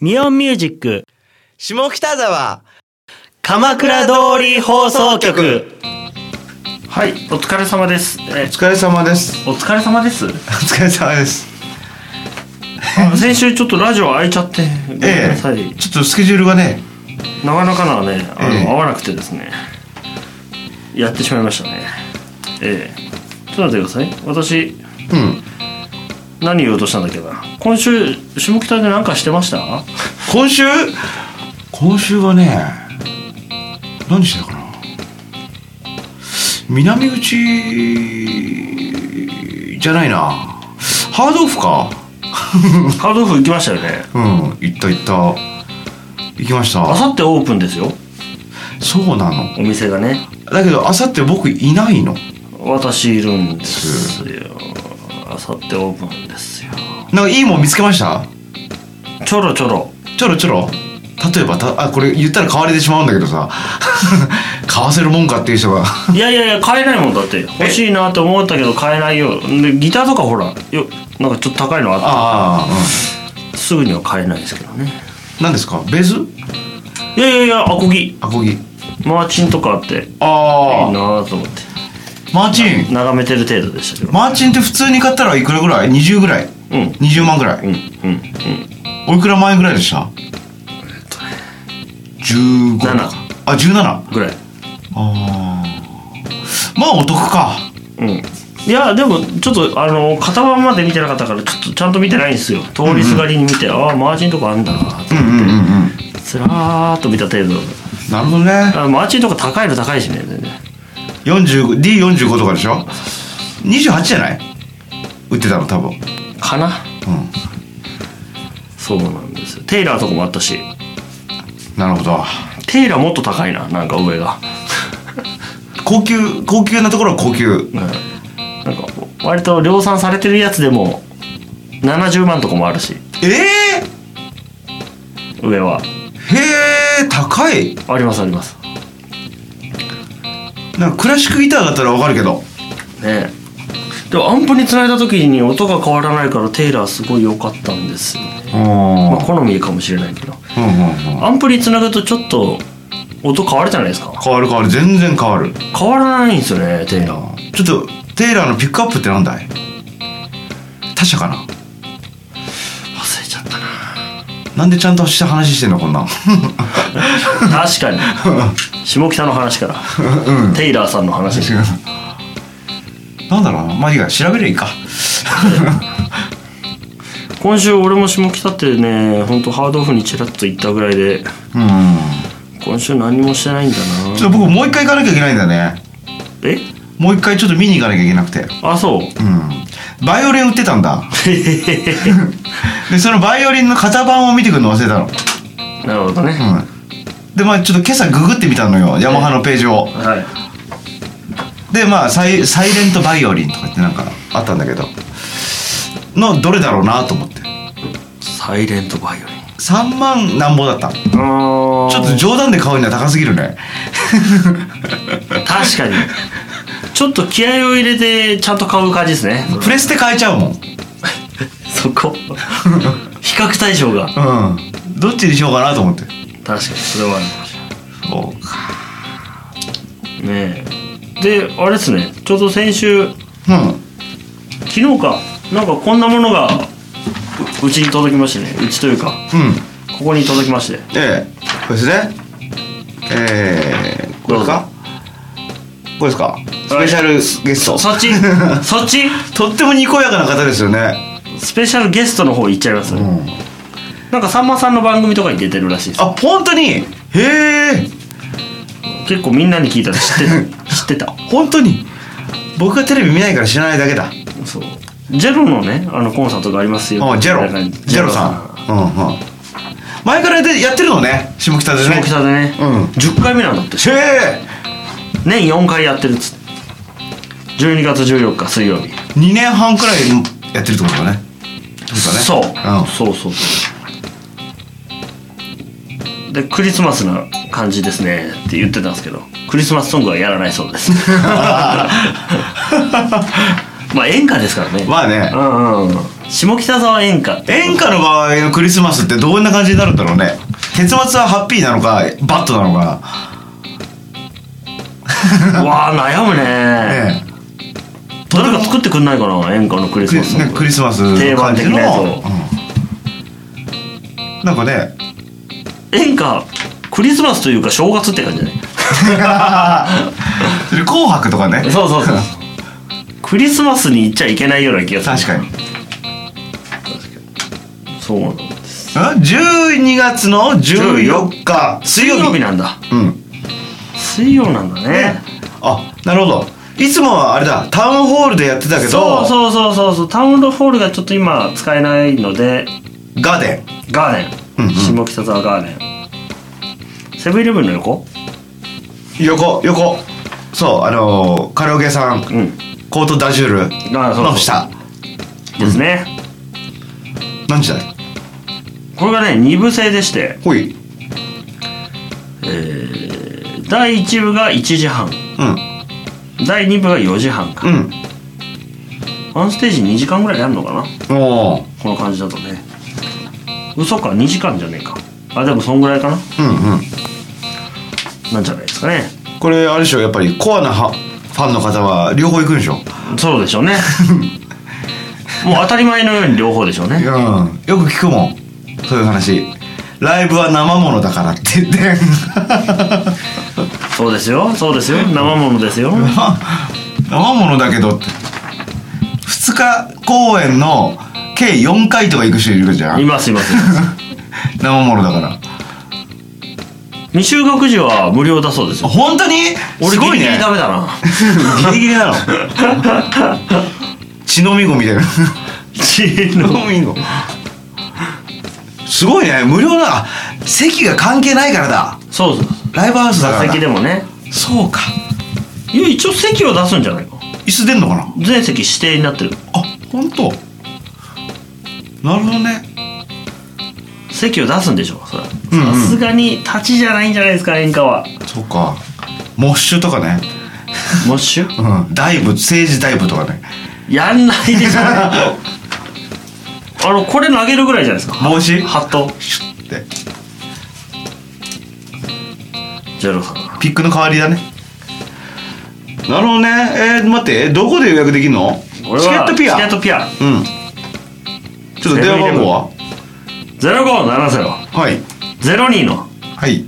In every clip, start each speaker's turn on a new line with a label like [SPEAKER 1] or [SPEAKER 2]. [SPEAKER 1] ミオンミュージック
[SPEAKER 2] 下北沢
[SPEAKER 1] 鎌倉通り放送局はいお疲れ様です、え
[SPEAKER 3] お疲れ様です。
[SPEAKER 1] お疲れ様です
[SPEAKER 3] お疲れ様です。
[SPEAKER 1] あ先週ちょっとラジオ開いちゃってごめん
[SPEAKER 3] え
[SPEAKER 1] なさい、
[SPEAKER 3] え、ちょっとスケジュールがね、
[SPEAKER 1] なかなかなねあの、
[SPEAKER 3] ええ
[SPEAKER 1] 合わなくてですねやってしまいましたねええちょっと待ってください私
[SPEAKER 3] うん、
[SPEAKER 1] 何言おうとしたんだっけな今週下北で何かしてました
[SPEAKER 3] 今週、今週はね、何してたかな。南口じゃないな。ハードオフか。
[SPEAKER 1] ハードオフ行きましたよね
[SPEAKER 3] うん、行った行った。行きまし
[SPEAKER 1] あ
[SPEAKER 3] た。
[SPEAKER 1] さってオープンですよ
[SPEAKER 3] そうなの。
[SPEAKER 1] お店がね
[SPEAKER 3] だけど、あさって僕いないの。
[SPEAKER 1] 私いるんですよあさってオープンですよ
[SPEAKER 3] なんかいいもん見つけました。
[SPEAKER 1] ちょろちょろ
[SPEAKER 3] ちょろちょろ例えばたあこれ言ったら買われてしまうんだけどさ 買わせるもんかっていう人が
[SPEAKER 1] いやいやいや買えないもんだって欲しいなって思ったけど買えないよでギターとかほらよなんかちょっと高いのあっ
[SPEAKER 3] ああ、
[SPEAKER 1] てすぐには買えないですけどね
[SPEAKER 3] うん、何ですかベース
[SPEAKER 1] いやいやいやアコギ
[SPEAKER 3] アコギ
[SPEAKER 1] マーチンとかあっていい
[SPEAKER 3] ああ
[SPEAKER 1] なと思って
[SPEAKER 3] マーチン
[SPEAKER 1] 眺めてる程度でしたけど
[SPEAKER 3] マーチンって普通に買ったらいくらぐらい20ぐらい
[SPEAKER 1] うんうん
[SPEAKER 3] 20万ぐらい
[SPEAKER 1] うん
[SPEAKER 3] おいくら前ぐらいでした15
[SPEAKER 1] 7
[SPEAKER 3] あ17あ
[SPEAKER 1] ぐらい
[SPEAKER 3] あーまあお得か
[SPEAKER 1] うんいやでもちょっとあの型番まで見てなかったからちょっとちゃんと見てないんですよ通りすがりに見て、ああマーチンとかあんだな
[SPEAKER 3] うんうんうんうん
[SPEAKER 1] つらーっと見た程度
[SPEAKER 3] なるほどね
[SPEAKER 1] あマーチンとか高いの高いしね全然
[SPEAKER 3] 45D45 とかでしょ28じゃない売ってたの多分
[SPEAKER 1] かな
[SPEAKER 3] うん
[SPEAKER 1] そうなんですよテイラーとかもあったし
[SPEAKER 3] なるほど
[SPEAKER 1] テイラーもっと高いななんか上が、
[SPEAKER 3] 高級高級なところは高級
[SPEAKER 1] うん、なんか割と量産されてるやつでも70万とかもあるし
[SPEAKER 3] ええ
[SPEAKER 1] 上は
[SPEAKER 3] へえ高い
[SPEAKER 1] ありますあります
[SPEAKER 3] なんかクラシックギターだったらわかるけど
[SPEAKER 1] ねえでもアンプにつないだ時に音が変わらないからテイラーすごい良かったんですよね
[SPEAKER 3] うん
[SPEAKER 1] まあ好みかもしれないけど
[SPEAKER 3] うんうんうん
[SPEAKER 1] アンプにつなぐとちょっと音変わるじゃないですか
[SPEAKER 3] 変わる変わる全然変わる
[SPEAKER 1] 変わらないんですよねテイラー
[SPEAKER 3] ちょっとテイラーのピックアップってなんだい他社かな
[SPEAKER 1] 忘れちゃったな
[SPEAKER 3] なんでちゃんとした話してんのこん なん
[SPEAKER 1] 確かに下北の話から
[SPEAKER 3] うん
[SPEAKER 1] テイラーさんの話
[SPEAKER 3] 違うなんだろうなまあいいか調べりゃいいか
[SPEAKER 1] 今週俺も下北ってねほんとハードオフにちらっと行ったぐらいで
[SPEAKER 3] うん
[SPEAKER 1] 今週何もしてないんだな
[SPEAKER 3] ちょっと僕もう一回行かなきゃいけないんだね
[SPEAKER 1] え
[SPEAKER 3] もう一回ちょっと見に行かなきゃいけなくて
[SPEAKER 1] あそう
[SPEAKER 3] うんバイオリン売ってたんだでそのバイオリンの型番を見てくるの忘れたの、
[SPEAKER 1] なるほどね、
[SPEAKER 3] うん、でまあちょっと今朝ググってみたのよヤマハのページを
[SPEAKER 1] はい
[SPEAKER 3] でまあサイサイレントバイオリンとかってなんかあったんだけどのどれだろうなと思って
[SPEAKER 1] サイレントバイオリン
[SPEAKER 3] 3万なんぼだったち
[SPEAKER 1] あ
[SPEAKER 3] ょっと冗談で買うには高すぎる ね
[SPEAKER 1] 確かにちょっと気合を入れてちゃんと買う感じですね
[SPEAKER 3] プレステ買えちゃうもん
[SPEAKER 1] そ こ比較対象が
[SPEAKER 3] うんどっちにしようかなと思って
[SPEAKER 1] 確かにそれはあるかもしれない
[SPEAKER 3] そうか
[SPEAKER 1] ねえであれですねちょうど先週
[SPEAKER 3] うん
[SPEAKER 1] 昨日かなんかこんなものがううちに届きましてねうちというか
[SPEAKER 3] うん
[SPEAKER 1] ここに届きまして
[SPEAKER 3] ええこれですねええこれですかこれですかスペシャルゲスト、
[SPEAKER 1] そっちそっち
[SPEAKER 3] とってもにこやかな方ですよね
[SPEAKER 1] スペシャルゲストの方行っちゃいます、なんかさんまさんの番組とかに出てるらしいです
[SPEAKER 3] あ本当にへえ
[SPEAKER 1] 結構みんなに聞いたら知って た知ってた
[SPEAKER 3] 本当に僕がテレビ見ないから知らないだけだ
[SPEAKER 1] そうジェロのねあのコンサートがありますよ
[SPEAKER 3] あジェロ
[SPEAKER 1] みたいな感じ
[SPEAKER 3] ジェロさんうんうん前からでやってるのね下北で
[SPEAKER 1] ジェロさ
[SPEAKER 3] ね
[SPEAKER 1] ん下北でね、
[SPEAKER 3] うん
[SPEAKER 1] 10回目なんだって
[SPEAKER 3] へえ
[SPEAKER 1] 年4回やってるっつって12月14日水曜日
[SPEAKER 3] 2年半くらいやってるってことだね
[SPEAKER 1] そうう、
[SPEAKER 3] だね
[SPEAKER 1] そうそうそうでクリスマスな感じですねって言 ってたんですけどクリスマスソングはやらないそうですまあ演歌ですからね
[SPEAKER 3] まあね
[SPEAKER 1] うんうん下北沢演歌
[SPEAKER 3] 演歌の場合のクリスマスってどんな感じになるんだろうね結末はハッピーなのかバッドなのか
[SPEAKER 1] うわあ悩むね
[SPEAKER 3] ね
[SPEAKER 1] 誰か作ってくんないかな演歌のクリ
[SPEAKER 3] ク
[SPEAKER 1] ス
[SPEAKER 3] リ
[SPEAKER 1] マス
[SPEAKER 3] スねクリスマス
[SPEAKER 1] 定
[SPEAKER 3] の
[SPEAKER 1] 番
[SPEAKER 3] 感
[SPEAKER 1] 的
[SPEAKER 3] じ
[SPEAKER 1] な
[SPEAKER 3] の
[SPEAKER 1] やつを
[SPEAKER 3] うんなんかね
[SPEAKER 1] 演歌クリスマスというか正月って感じじゃない
[SPEAKER 3] それ紅白とかね
[SPEAKER 1] そうそうそうクリスマスに行っちゃいけないような気が
[SPEAKER 3] 確
[SPEAKER 1] する
[SPEAKER 3] かに
[SPEAKER 1] そうなんだ
[SPEAKER 3] ん12月の14日水
[SPEAKER 1] 水
[SPEAKER 3] 曜日
[SPEAKER 1] 曜日なんだ
[SPEAKER 3] うん
[SPEAKER 1] 水曜なんだね
[SPEAKER 3] ねあなるほどいつもはあれだタウンホールでやってたけど
[SPEAKER 1] そうそうそうそうそうタウンロホールがちょっと今使えないので
[SPEAKER 3] ガーデ
[SPEAKER 1] ガーデン、
[SPEAKER 3] うんうん
[SPEAKER 1] 下北沢ガーデンセブンイレブンの横
[SPEAKER 3] ン横横そうあのーカラオケ屋さん
[SPEAKER 1] うん
[SPEAKER 3] コートダジュール
[SPEAKER 1] あそうそう
[SPEAKER 3] の下
[SPEAKER 1] ですね、
[SPEAKER 3] 何時だい
[SPEAKER 1] これがね2部制でして
[SPEAKER 3] ほい
[SPEAKER 1] 第1部が1時半
[SPEAKER 3] うん
[SPEAKER 1] 第2部が4時半か、
[SPEAKER 3] うん
[SPEAKER 1] ワンステージ2時間ぐらいやるのかな
[SPEAKER 3] おお
[SPEAKER 1] この感じだとね嘘か2時間じゃねえかあでもそんぐらいかな
[SPEAKER 3] うんうん
[SPEAKER 1] なんじゃないですかね
[SPEAKER 3] これあれでしょやっぱりコアなはファンの方は両方行くんでしょ
[SPEAKER 1] そうでしょ うねもう当たり前のように両方でしょう
[SPEAKER 3] うん
[SPEAKER 1] ね
[SPEAKER 3] よく聞くもんそういう話ライブは生ものだからって言って
[SPEAKER 1] そうですよそうですよ生ものですよ
[SPEAKER 3] 生ものだけどって2日公演の計4回とか行く人いるじゃ
[SPEAKER 1] い
[SPEAKER 3] ん
[SPEAKER 1] ます います
[SPEAKER 3] 生ものだから
[SPEAKER 1] 未就学児は無料だそうです
[SPEAKER 3] あ
[SPEAKER 1] よ
[SPEAKER 3] 本当に
[SPEAKER 1] 俺
[SPEAKER 3] す
[SPEAKER 1] ギ
[SPEAKER 3] ごい
[SPEAKER 1] リギ
[SPEAKER 3] ね
[SPEAKER 1] リダメだ な
[SPEAKER 3] ギリギリなの 血のみ子みたいな
[SPEAKER 1] 血の
[SPEAKER 3] すごいね無料なあ席が関係ないからだ
[SPEAKER 1] そうそう
[SPEAKER 3] ライブハウスだ
[SPEAKER 1] 座
[SPEAKER 3] から
[SPEAKER 1] 席で
[SPEAKER 3] だ
[SPEAKER 1] もね
[SPEAKER 3] そうか
[SPEAKER 1] いや一応席は出すんじゃないか
[SPEAKER 3] 椅子出んのかな
[SPEAKER 1] 全席指定になってる
[SPEAKER 3] あ本当なるほどね
[SPEAKER 1] 席を出すんでしょうそれは
[SPEAKER 3] うんうん
[SPEAKER 1] さすがに立ちじゃないんじゃないですか演歌は
[SPEAKER 3] そうかモッシュとかね
[SPEAKER 1] モッシュ
[SPEAKER 3] うんダイブ政治ダイブとかね
[SPEAKER 1] やんないでしょあのこれ投げるぐらいじゃないですか
[SPEAKER 3] 帽子
[SPEAKER 1] ハット
[SPEAKER 3] シュッて
[SPEAKER 1] ジェロさん
[SPEAKER 3] ピックの代わりだねなるほどねえー、待ってえどこで予約できるのチケ
[SPEAKER 1] 俺は
[SPEAKER 3] ットピア
[SPEAKER 1] チケットピア
[SPEAKER 3] うんちょっと電話番号は
[SPEAKER 1] 0570
[SPEAKER 3] はい
[SPEAKER 1] 02の
[SPEAKER 3] はい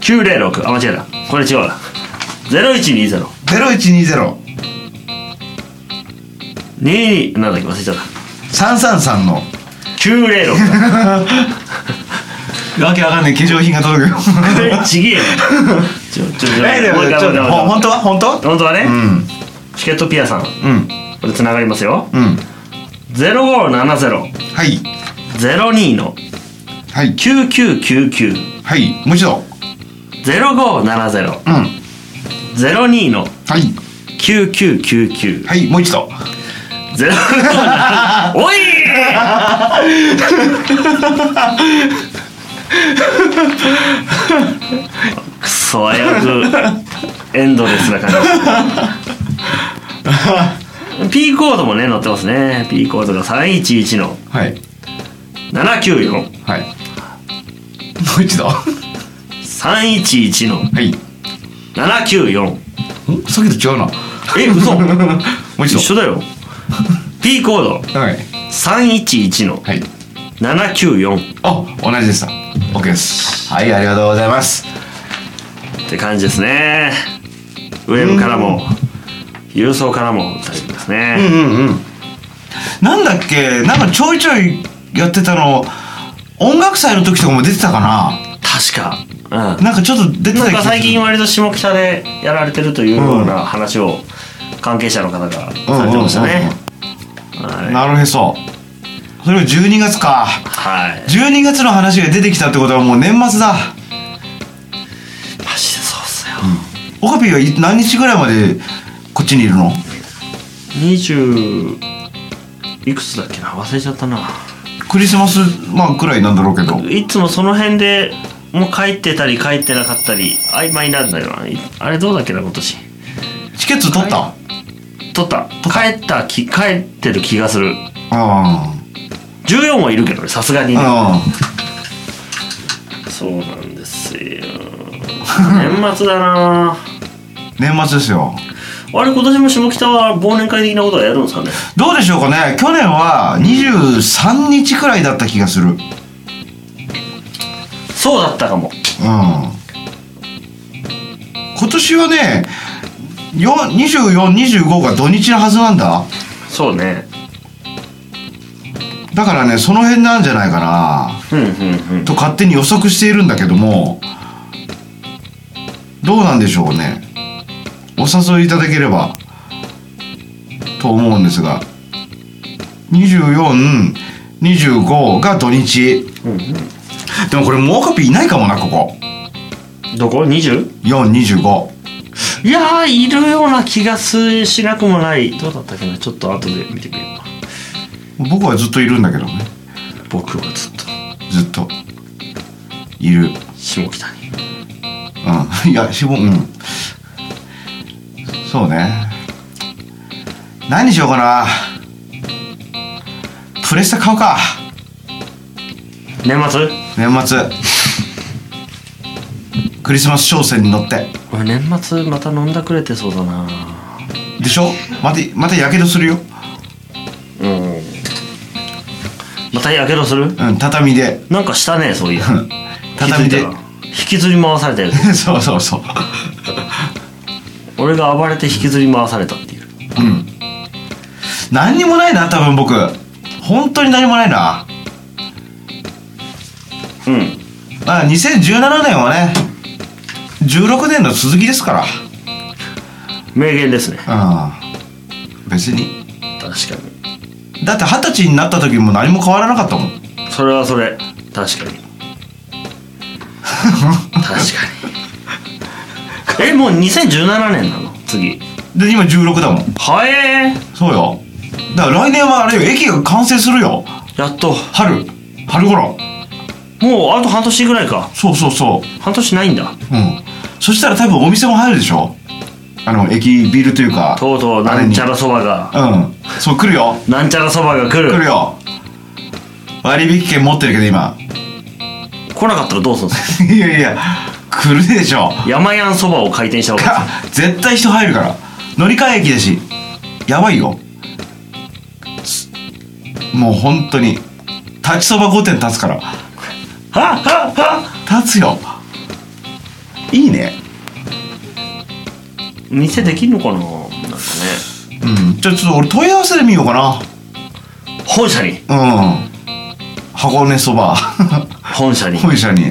[SPEAKER 1] 906あ間違えたこれ違うな0120
[SPEAKER 3] 0120
[SPEAKER 1] 22なんだっけ忘れちゃった
[SPEAKER 3] 333の
[SPEAKER 1] 906だ
[SPEAKER 3] わけわかんない化粧品が 届くよ
[SPEAKER 1] こ れちぎえよちょちょちょ
[SPEAKER 3] えで
[SPEAKER 1] も
[SPEAKER 3] も
[SPEAKER 1] う一
[SPEAKER 3] ち
[SPEAKER 1] 回
[SPEAKER 3] ょ
[SPEAKER 1] も
[SPEAKER 3] っ
[SPEAKER 1] う一回もう
[SPEAKER 3] とほ本当は本当
[SPEAKER 1] 一回本当はね、
[SPEAKER 3] うん
[SPEAKER 1] チケットピアさん
[SPEAKER 3] うん
[SPEAKER 1] これつながりますよ
[SPEAKER 3] うん
[SPEAKER 1] 0570
[SPEAKER 3] はい
[SPEAKER 1] 02の
[SPEAKER 3] はい
[SPEAKER 1] 9999
[SPEAKER 3] はいもう一度
[SPEAKER 1] 0570
[SPEAKER 3] うん
[SPEAKER 1] 02の
[SPEAKER 3] はい
[SPEAKER 1] 9999
[SPEAKER 3] はいもう一度
[SPEAKER 1] ゼロおいくそ危うくエンドレスな感じ P コードもね載ってますね P コードが311の
[SPEAKER 3] はい
[SPEAKER 1] 794311
[SPEAKER 3] はいもう一度は
[SPEAKER 1] の
[SPEAKER 3] い
[SPEAKER 1] 794
[SPEAKER 3] んさっきと違うな
[SPEAKER 1] え嘘
[SPEAKER 3] もう一
[SPEAKER 1] 一緒
[SPEAKER 3] 度
[SPEAKER 1] だよ P コード
[SPEAKER 3] はい
[SPEAKER 1] 311の
[SPEAKER 3] はい
[SPEAKER 1] 794
[SPEAKER 3] あ同じでした OK ですはいありがとうございます
[SPEAKER 1] って感じですねウェブからも郵送からも大丈夫です
[SPEAKER 3] うん
[SPEAKER 1] ね、
[SPEAKER 3] うんうんなんだっけなんかちょいちょいやってたの音楽祭の時とかも出てたかな
[SPEAKER 1] 確かうん
[SPEAKER 3] なんかちょっと出てた
[SPEAKER 1] なんか
[SPEAKER 3] 気がする
[SPEAKER 1] 最近割と下北でやられてるというような話を関係者の方がされてましたねはい
[SPEAKER 3] なるへそそれも12月か
[SPEAKER 1] はい
[SPEAKER 3] 12月の話が出てきたってことはもう年末だ
[SPEAKER 1] マジでそうっすよ、
[SPEAKER 3] オカピーはい何日ぐらいまでこっちにいるの
[SPEAKER 1] 20いくつだっけな忘れちゃったな
[SPEAKER 3] クリスマスまあくらいなんだろうけど
[SPEAKER 1] いつもその辺でもう帰ってたり帰ってなかったり曖昧なんだよないあれどうだっけな今年
[SPEAKER 3] チケット取った
[SPEAKER 1] 取とった帰ったき帰ってる気がする
[SPEAKER 3] あ
[SPEAKER 1] 14はいるけどねさすがに
[SPEAKER 3] あ
[SPEAKER 1] ね
[SPEAKER 3] あ
[SPEAKER 1] そうなんですよ年末だな
[SPEAKER 3] あ年末ですよ
[SPEAKER 1] あれ今年も下北は忘年会的なことはやるんですかね
[SPEAKER 3] どうでしょうかね去年は23日くらいだった気がするうん
[SPEAKER 1] そうだったかも
[SPEAKER 3] 今年はね2425が土日のはずなんだ
[SPEAKER 1] そうね
[SPEAKER 3] だからねその辺なんじゃないかな
[SPEAKER 1] うんうんうん
[SPEAKER 3] と勝手に予測しているんだけどもどうなんでしょうねお誘いいただければと思うんですが2425が土日でもこれもうカピいないかもなここ
[SPEAKER 1] どこ 20?
[SPEAKER 3] 425
[SPEAKER 1] いやーいるような気がすしなくもないどうだったっけなちょっと後で見てくれるか
[SPEAKER 3] 僕はずっといるんだけどね
[SPEAKER 1] 僕はずっと
[SPEAKER 3] ずっといる
[SPEAKER 1] 下北に
[SPEAKER 3] うんいやしぼうんそうね何にしようかなプレステ買うか
[SPEAKER 1] 年末
[SPEAKER 3] 年末クリスマス商戦に乗って
[SPEAKER 1] 俺年末また飲んだくれてそうだな
[SPEAKER 3] でしょまたまたやけどするよ、
[SPEAKER 1] うんまたやけどする
[SPEAKER 3] うん、畳で
[SPEAKER 1] なんかしたね そういや
[SPEAKER 3] 畳で
[SPEAKER 1] 引きずり回されたよ
[SPEAKER 3] そうそうそう
[SPEAKER 1] 俺が暴れて引きずり回されたっていう
[SPEAKER 3] うん何にもないな多分僕本当に何もないな
[SPEAKER 1] うん
[SPEAKER 3] あ2017年はね16年の続きですから
[SPEAKER 1] 名言ですね
[SPEAKER 3] うん別に
[SPEAKER 1] 確かに
[SPEAKER 3] だって二十歳になった時も何も変わらなかったもん
[SPEAKER 1] それはそれ 確かに確かにえもう2017年なの次
[SPEAKER 3] で今16だもん
[SPEAKER 1] はえ
[SPEAKER 3] そうよだから来年はあれよ駅が完成するよ
[SPEAKER 1] ー、やっと
[SPEAKER 3] 春春頃
[SPEAKER 1] もうあと半年ぐらいか
[SPEAKER 3] そうそうそ
[SPEAKER 1] 半年ないんだ
[SPEAKER 3] ううんそしたら多分お店も入るでしょあの駅ビルというか
[SPEAKER 1] とうとう
[SPEAKER 3] あ
[SPEAKER 1] な
[SPEAKER 3] れ
[SPEAKER 1] ん
[SPEAKER 3] に
[SPEAKER 1] ちゃらそばが
[SPEAKER 3] うんそう来るよ
[SPEAKER 1] なんちゃらそばが来る
[SPEAKER 3] 来るよ割引券持ってるけど今
[SPEAKER 1] 来なかったらどうするんですか
[SPEAKER 3] いやいや来るでしょ
[SPEAKER 1] 山やんそばを開店したわけです
[SPEAKER 3] か 絶対人入るから乗り換え駅だしやばいよすもう本当に立ちそば5点立つから
[SPEAKER 1] はっはっは
[SPEAKER 3] 立つよいいね
[SPEAKER 1] 店できんのかななんかね
[SPEAKER 3] うんじゃあちょっと俺問い合わせで見ようか
[SPEAKER 1] 本社に
[SPEAKER 3] なうん箱根そば
[SPEAKER 1] 本社に
[SPEAKER 3] 本社に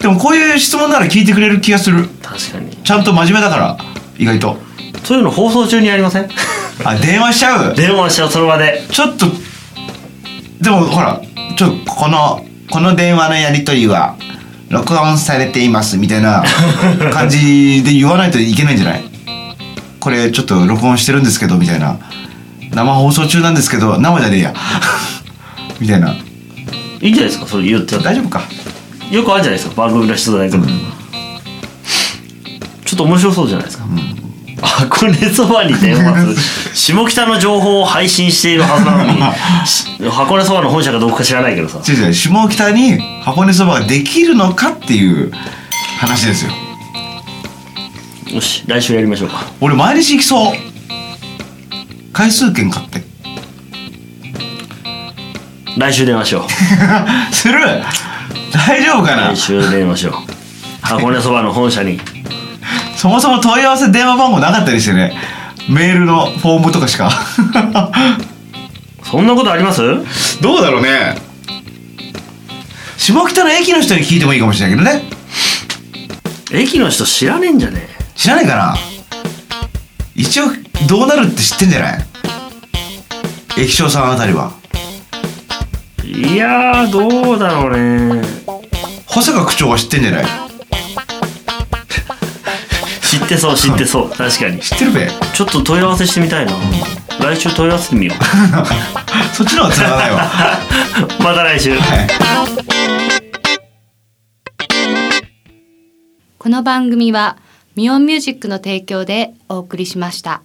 [SPEAKER 3] でもこういう質問なら聞いてくれる気がする
[SPEAKER 1] 確かに
[SPEAKER 3] ちゃんと真面目だから意外と
[SPEAKER 1] そういうの放送中にやりません
[SPEAKER 3] あ電話しちゃう
[SPEAKER 1] 電話しようその場で
[SPEAKER 3] ちょっとでもほらちょっとこのこの電話のやり取りは録音されていますみたいな感じで言わないといけないんじゃないこれちょっと録音してるんですけどみたいな生放送中なんですけど生じゃねえや みたいない
[SPEAKER 1] いんじゃないですかそれ言って
[SPEAKER 3] 大丈夫か
[SPEAKER 1] よくあるじゃないですか番組の出題とか、ちょっと面白そうじゃないですか、箱根そばに電話する下北の情報を配信しているはずなのにし箱根そばの本社かどうか知らないけどさ
[SPEAKER 3] 違う違う下北に箱根そばができるのかっていう話ですよ
[SPEAKER 1] よし来週やりましょうか
[SPEAKER 3] 俺毎日行きそう回数券買って
[SPEAKER 1] 来週電話しよう
[SPEAKER 3] する大丈夫かな
[SPEAKER 1] 来週電話しよう箱根そばの本社に
[SPEAKER 3] そもそも問い合わせ電話番号なかったりしてねメールのフォームとかしか
[SPEAKER 1] そんなことあります
[SPEAKER 3] どうだろうね下北の駅の人に聞いてもいいかもしれないけどね
[SPEAKER 1] 駅の人知らねえんじゃね
[SPEAKER 3] 知らないかな一応どうなるって知ってんじゃない駅長さんあたりは
[SPEAKER 1] えいやーどうだろうね
[SPEAKER 3] 保坂区長は知ってんじゃない
[SPEAKER 1] 知ってそう知ってそう確かに
[SPEAKER 3] 知ってるべ
[SPEAKER 1] ちょっと問い合わせしてみたいな来週問い合わせてみよう
[SPEAKER 3] そっちの方がつながないわ
[SPEAKER 1] また来週。
[SPEAKER 4] この番組はミオンミュージックの提供でお送りしました。